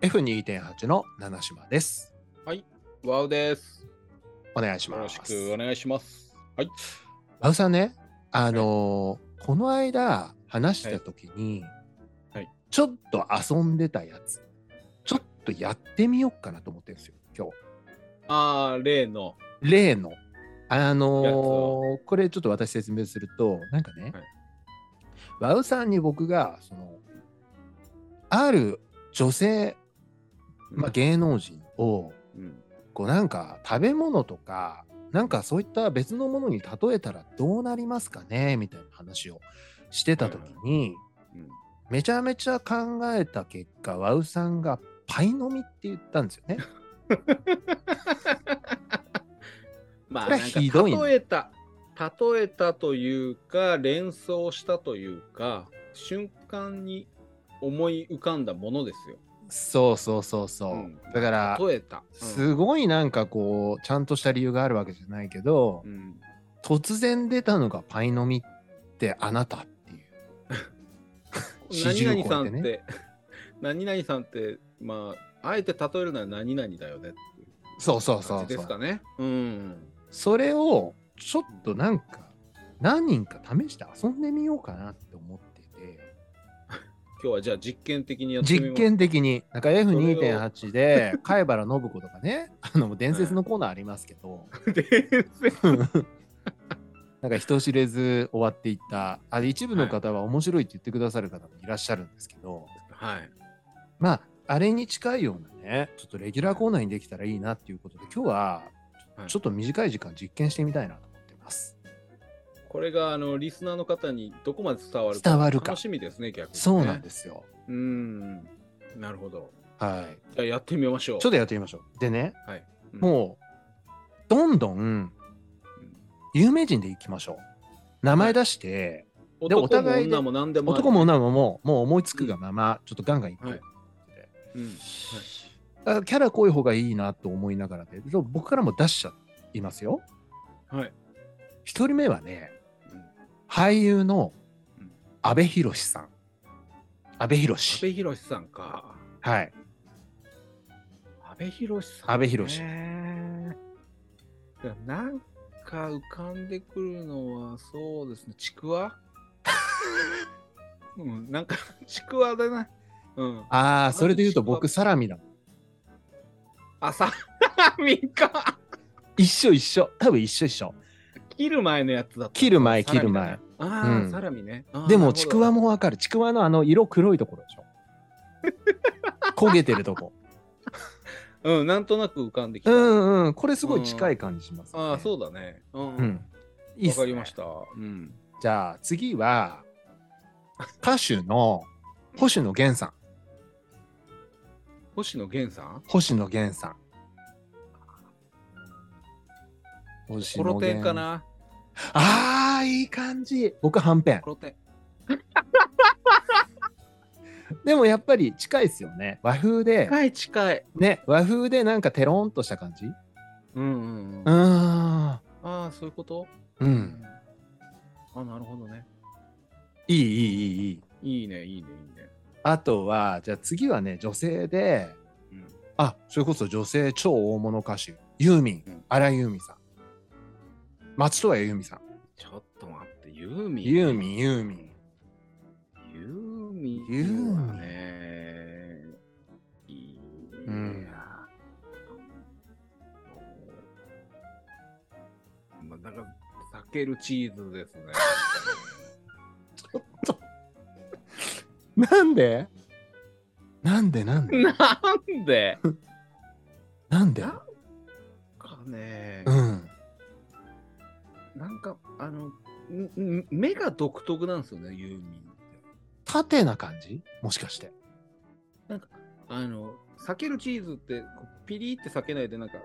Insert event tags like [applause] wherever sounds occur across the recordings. F2.8 の七島です。ワウです。お願いしよまろすし。くお願いします。はい。バウさんね、あのーこの間話した時に、はいはいちょっと遊んでたやつ、ちょっとやってみようかなと思ってるんですよ、今日。ああ、例の。例の。あやつのをーこれちょっと私説明すると、なんかね、はいワウさんに僕が、その、ある女性、まあ、芸能人を、うん。こうなんか食べ物とかなんかそういった別のものに例えたらどうなりますかねみたいな話をしてた時にうん。めちゃめちゃ考えた結果ワウさんがパイのみって言ったんですよね。まあ、これなんかひどいね例えた、例えたというか、連想したというか、瞬間に思い浮かんだものですよ。そうそうそうそう。うんだから例えた。すごいなんかこうちゃんとした理由があるわけじゃないけど、うん。うん突然出たのがパイのみってあなたっていう。何40々超さえんてね。って、 [laughs] 何々さんって、まあ、あえて例えるなら何々だよねっていうそうそうそうそ感う。じですかね。うん。それをちょっとなんか何人か試して遊んでみようかなって思ってて今日はじゃあ実験的にやってみます実 [laughs] 験的になんか F2.8 で貝原信子とかねあの伝説のコーナーありますけど、伝説なんか人知れず終わっていったあ一部の方は面白いって言ってくださる方もいらっしゃるんですけど、はい。まああれに近いようなねちょっとレギュラーコーナーにできたらいいなっていうことで今日ははいちょっと短い時間実験してみたいなと思ってます。これがあのリスナーの方にどこまで伝わる伝わるか楽しみですね、逆に、ね。。そうなんですすよ。うーん。なるほど。はい。じゃあやってみましょう。ちょっとやってみましょう。でね、はいうんもうどんどん有名人でいきましょう。名前出して、で男お互いでも女も何でもある男も女ももうもう思いつくがまま、ちょっとガンガンいく、はいうん。あキャラ濃い方がいいなと思いながらで、ちょ僕からも出しちゃいますよ。はい。一人目はね、うん俳優のうん阿部寛さん。阿部寛。阿部寛さんか。はい。阿部寛さん。阿部寛ねいやなんか浮かんでくるのは、そうですね、ちくわ [laughs] うん、なんか、ちくわだな。うん。ああ、それで言うとまず僕、サラミだもん。朝、 [laughs] みか。一緒一緒。多分一緒一緒。切る前のやつだった。切る前サラミだ切ねる。ああ、うんサラミね。あーでも、ちくわ。なるもわかる。ちくわのあの色黒いところでしょ。 [laughs] 焦げてるとこ。ほどうん、なんとなく浮かんできうた。んうん、これすごい近い感じします、ねああ、そうだね。うん。うわ、ん。いいっす、かね、りました。うん。じゃあ次は、歌手の星野源さん。星野源さん星野源さん。星コ野ロ源テンかなああ、いい感じ。僕、はんぺん。コロテン。でもやっぱり近いですよね。和風で、近い近い。ね、和風でなんかテロンとした感じ。うんうん、うん。うあん。あ、そういうことうん。。あなるほどね。いい、いい、いい、いい。いいね、いいね、あとは、じゃあ次はね、女性で、いいね。あ、それこそ女性超大物歌手、ユーミン、うん荒井由実さん。松任谷由実さん。ちょっと待って、ユーミン。ユーミン、ユーミン。ユーミン。ユーミンはね。いやーうんまあ、なんか、避けるチーズですね。なんでなんで [laughs] なんでなんでなんでなかね、うん。なんか、あの、んん目が独特なんですよね、ユーミンって。縦な感じもしかして。なんか、あの、裂けるチーズって、こうピリって裂けないで、なんか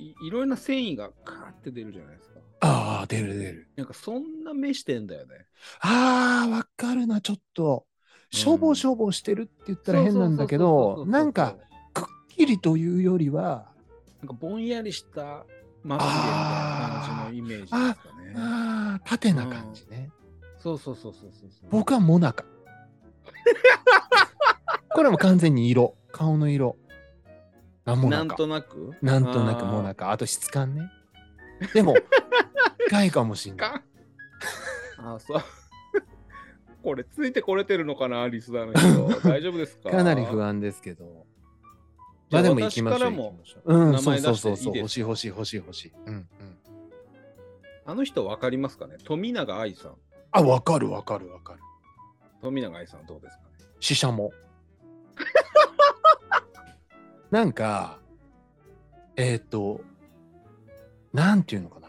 い、いろいろな繊維がカーって出るじゃないですか。ああ、出る出る。なんか、そんな目してんだよね。ああ、わかるな、ちょっと。しょぼしょぼしてるって言ったら変なんだけそどうそうそうそうそう、なんか、、くっきりというよりは、なんかぼんやりした、まぶしげみたいな感じのイメージですかね。ああ、縦な感じね。そうそう [laughs] そうそうそうそう。僕はモナカ。これも完全に色。顔の色。あもうななんんかとなくなんとなくもうなんく。かあと質感ね。で [laughs] も深いかもしんない。か [laughs] あーそう。 [laughs] これついてこれてるのかな、リスナー [laughs] の人。大丈夫ですかかなり不安ですけど。まじゃああでも行きましょう。私からも行きましょううん、名そう前そう出してそいういそう。で欲すしい欲しい欲しい欲しい。うんうん。あの人わかりますかね富永愛さん。あ、わかるわかるわかる。富永愛さんどうですかね死者 [laughs] も。なんか、えーっ、と、なんていうのかな。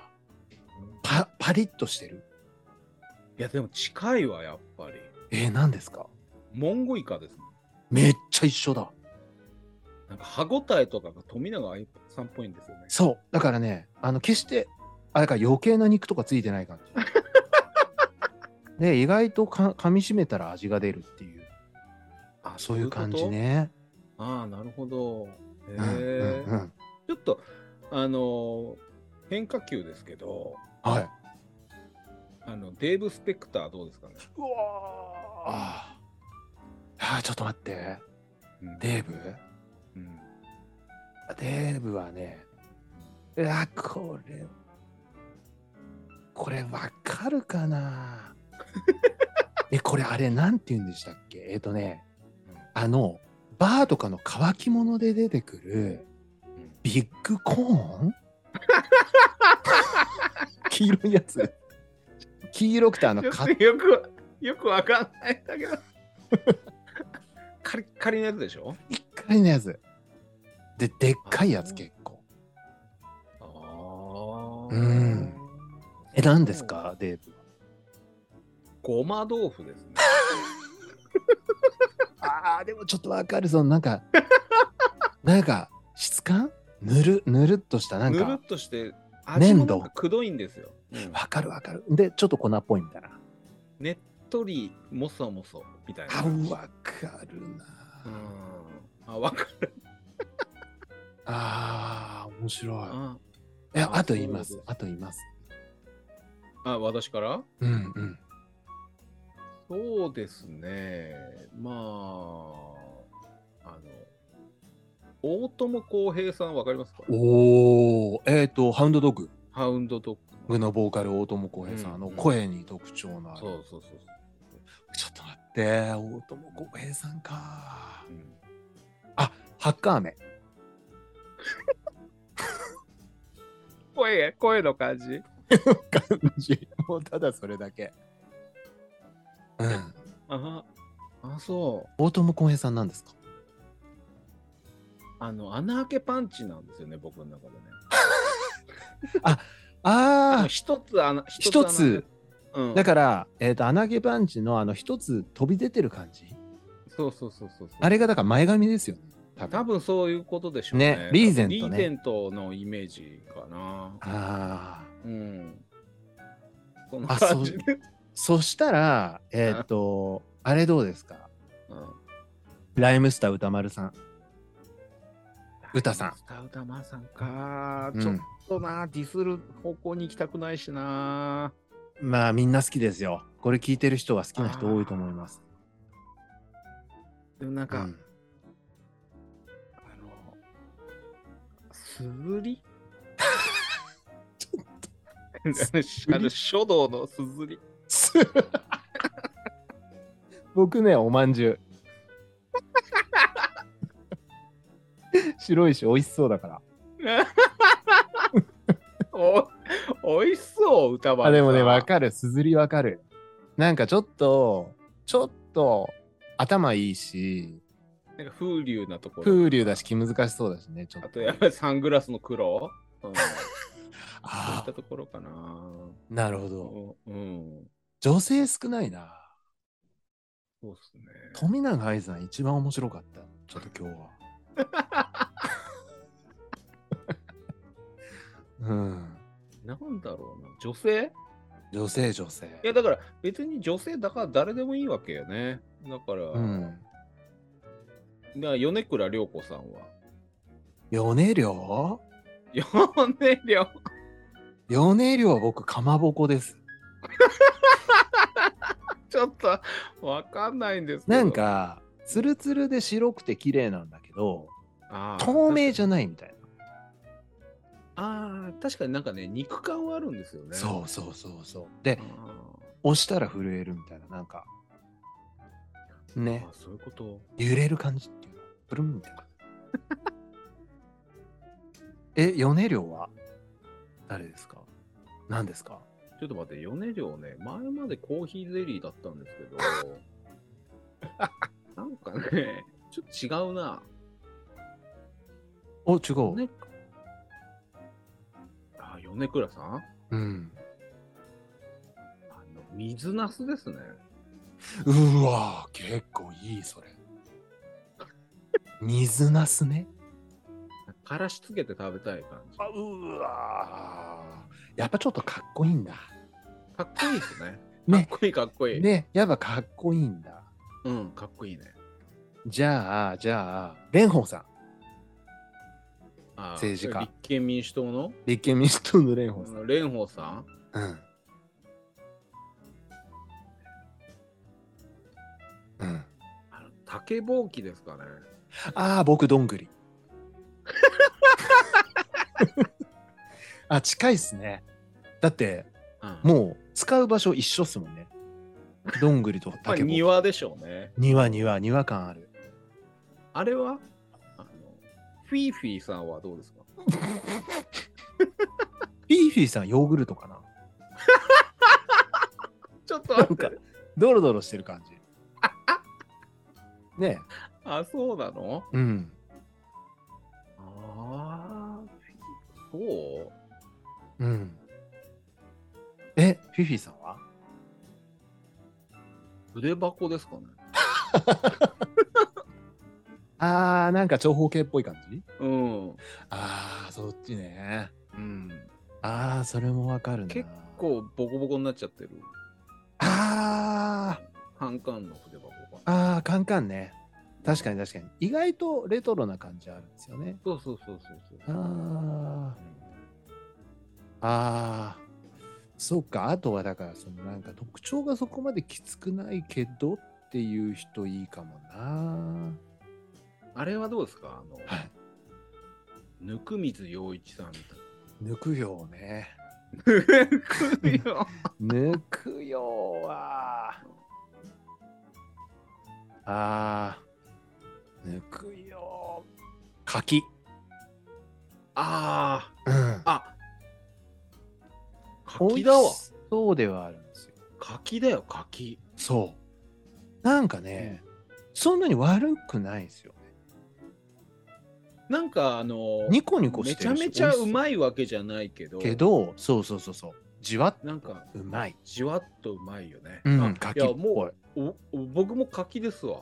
パパリッとしてる。いや、でも近いわ、やっぱり。えー、何ですかモンゴイカですね。めっちゃ一緒だ。なんか歯ごたえとかが富永愛さんっぽいんですよね。そう。だからね、あの、決して、あれか余計な肉とかついてない感 [laughs] じ。で、意外とか噛み締めたら味が出るっていう、あそういう感じ。ことね。ああ、なるほど。へうんえ、うんうんちょっと、あのー変化球ですけど、はい。あのデーブ・スペクターどうですかね、うわあーあー。ちょっと待って。うんデーブうんデーブはね、うわ、これ、これわかるか [laughs] なえ、これあれ、なんて言うんでしたっけえっ、とね、あの、バーとかの乾き物で出てくるうんビッグコーン [laughs] 黄色いやつ。黄色くてあの、ちょっかと [laughs] よく、よくわかんないんだけど。 [laughs] カリッカリのやつでしょ一回のやつ。で、でっかいやつ結構。あーうん。え、何ですかデーブ。ごま豆腐ですね。ああでもちょっとわかるそのなん [laughs] かなんか質感ぬるぬるっとしたなんぬるかっとして、味もなん粘かくどいんですよ。うんわかるわかるでちょっと粉っぽいみたいなねっとり、もそもそみたいな。あうんわかるなあ、わかる。あー面白あ、いいやああと言いまそすうですあと言いますあ私からうんうんそうですね。まあ、あの、大友康平さんわかりますかおおえっ、とハウンドドッグハウンドドッグ。のボーカル大友康平さん、うんあの声に特徴のあるそうそうそうちょっと待って大友康平さんかそう、うんあハッカー [laughs] メ声、声の感じ。感じもうただそれだけうんあ、あ、そう。大友康平さんなんですかあの、穴あけパンチなんですよね、僕の中でね。ああの一つ穴、一つ穴。うあん。だから、えー、と穴毛パンチのあの一つ飛び出てる感じそうそうそうそうそう。あれがだから前髪ですよね多分多分そういうことでしょうね。ねリーゼントねリーゼントのイメージかな。ああうん。そんなあそう感じで。そしたらえっ、とあれどうですかうんライムスター歌丸さん [laughs] 歌さんスタ歌丸さんか、うんちょっとな、ディスる方向に行きたくないしな。まあみんな好きですよこれ聞いてる人は好きな人多いと思いますでもなんうか、んあの、素振り [laughs] あの書道のすず [laughs] り。僕ねおまん [laughs] じゅう白いし美味しそうだからおおいしそう、歌あ丸さん。でもね、わかる。すずりわかる。なんかちょっと、ちょっと頭いいし、なんか風流なところ。風流だし、気難しそうだしね、ちょっあと。とやっぱりサングラスの黒。うん、そういっあたところかな。ーなるほど。うん。女性少ないな。そうっすね。富永愛さん、一番面白かった。ちょっと今日は。うん。なんだろうな。女性女性、女性。いやだから別に女性だから誰でもいいわけよね。だから、うん。だから米倉涼子さんは。米量米涼子米量は僕、かまぼこです。ちょっとわかんないんですけど。なん、か、ツルツルで白くて綺麗なんだけど、あー透明じゃないみたいあー確かになんかね肉感はあるんですよねな。そうそうそうそう。であ、押したら震えるみたいな、なんか、ーねあ、そういうこと揺れる感じっていうの。プルンみたいな。 [laughs] え、米量は誰ですか何ですかちょっと待って米量ね前までコーヒーゼリーだったんです [laughs] けどなんかねちょっと違うなお、違う。ねあ米倉さんあうん。の水なすですねうわー結構いい、それ。水なすね。からしつけて食べたい感じあうわーやっぱちょっとかっこいいんだ。かっこいいですね [laughs] ねかっこいいかっこいい、ね、やっぱかっこいいんだ。うんかっこいいねじゃあ、じゃあ、蓮舫さん。あー政治家立憲民主党の立憲民主党の蓮舫さん。蓮舫さんうん。うん、あの竹ぼうきですかねああ、僕、どんぐり。 [laughs] あ、近いっすね。だって、うんもう使う場所一緒っすもんね。どんぐりとまあ竹ぼうき庭でしょうね庭、庭、庭感ある。あれはあのフィーフィーさんはどうですかピーフィーさん、ヨーグルトかなちょっ [laughs] とな待んっかて、ドロドロしてる感じ。ねあそうなのえ。うん。ああそううん。え、フィフィさんは筆箱ですかねあー、なんか長方形っぽい感じうん、あー、そっちね。うん、あー、それもわかるな。結。構ボコボコになっちゃってるあー、カンカンの筆箱があー、カンカンね。確かに確かに。意外とレトロな感じあるんですよね。そうそうそうそうそうあー。ああ、そうか。あとはだから、そのなんか特徴がそこまできつくないけどっていう人いいかもな。あれはどうですかあの、はい。ぬくみず陽一さんみたい抜くよね。な。ぬくみよ。抜くよは。ああ、抜くよ。柿。あうんあ。。あ美味柿しだわ。そうではあるんですよ。柿だよ、柿。そう。なんかね、そんなに悪くないんですよね。なんかあの、ニコニコめしてちゃるしめちゃ美味しそうまいわけじゃないけど、けど、そうそうそうそう。じわっなんかうまい。じわっとうまいよね。うん、あ柿いっや、もぽい。うおお僕も柿です [laughs] わ。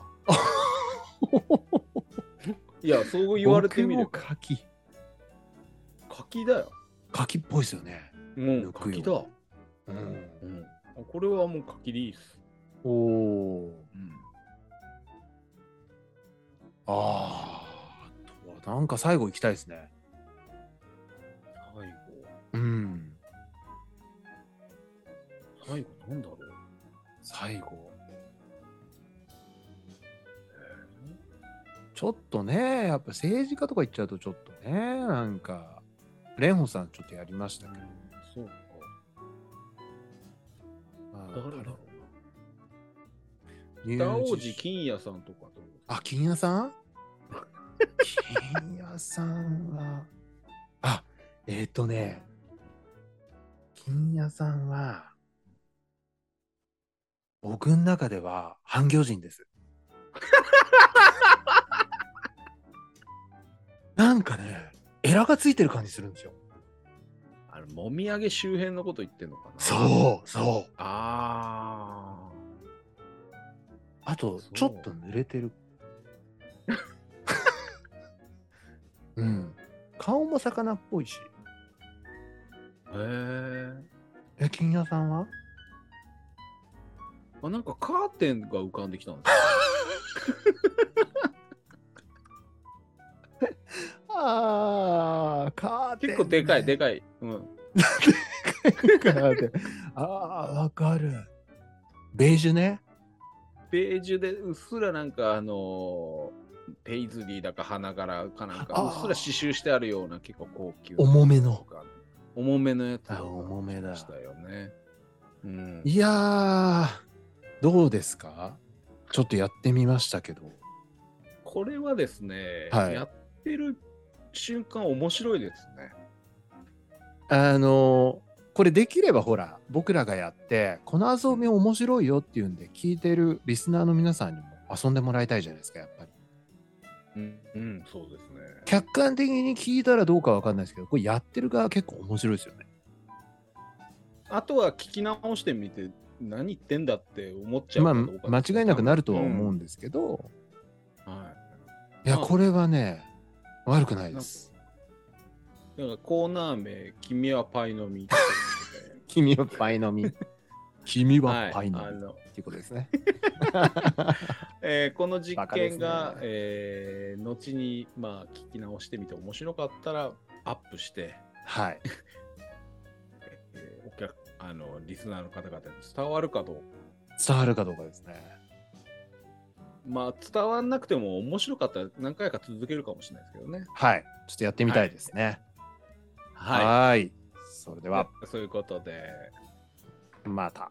いや、そう言われてみる僕も柿。柿だよ。柿っぽいですよね。うん、ぬくよ柿だ。うん。うん。これはもう柿でいいっす。おお。うん。あーあとは。なんか最後行きたいですね。最後。うん。最後なんだろう。最後。ちょっとね、やっぱ政治家とか言っちゃうとちょっとね、なんか、蓮舫さんちょっとやりましたけど。そうか。あー誰だろニうュージな。北王子金也さんとかどうですかあ、金屋さん [laughs] 金屋さんは、あ、えっ、とね、金屋さんは、僕の中では半魚人 [laughs] です。なんかね、エラがついてる感じするんですよ。あの、もみあげ周辺のこと言ってんのかなそう、そう。ああと、そうちょっと濡れて [laughs] る。うん。顔も魚っぽいし。あ。へえ。え、金屋さんはあ、なんかカーテンが浮かんできたんですよああ、カーテン、結構でかい、でかかい。うん。 [laughs] い。カーテン。ああ、わかる。ベージュね。ページでうっすらなんかあのペイズリーだか花柄かなんかあーうっすら刺繍してあるような結構高級な重めの。重めのやつあ重めだでしたよね。うん、いやー、どうですかちょっとやってみましたけど。これはですね、はいやってる瞬間面白いですね。あのーこれできればほら、僕らがやって、この遊び面白いよっていうんで、聞いてるリスナーの皆さんにも遊んでもらいたいじゃないですか、やっぱり。うん、うん、そうですね。客観的に聞いたらどうかわかんないですけど、これやってる側結構面白いですよね。あとは聞き直してみて、何言ってんだって思っちゃうまかあ、どうか間違いなくなるとは思ううんですけど、んはいや、まあこれはね、悪くないです。い。なんかコーナー名、君はパイの実っていうので君はパイの実。君ははいパイのあ実。のっていうことですね。えーこの実バカで験すねが、えー後に、まあ、聞き直してみて面白かったらアップして、はい。えーお客あのリスナーの方々に伝わるかどうか伝わるかどうかですね。まあ伝わんなくても面白かったら何回か続けるかもしれないですけどね。はい。ちょっとやってみたいですね。い。はーい。それでではは、そういうことで。また。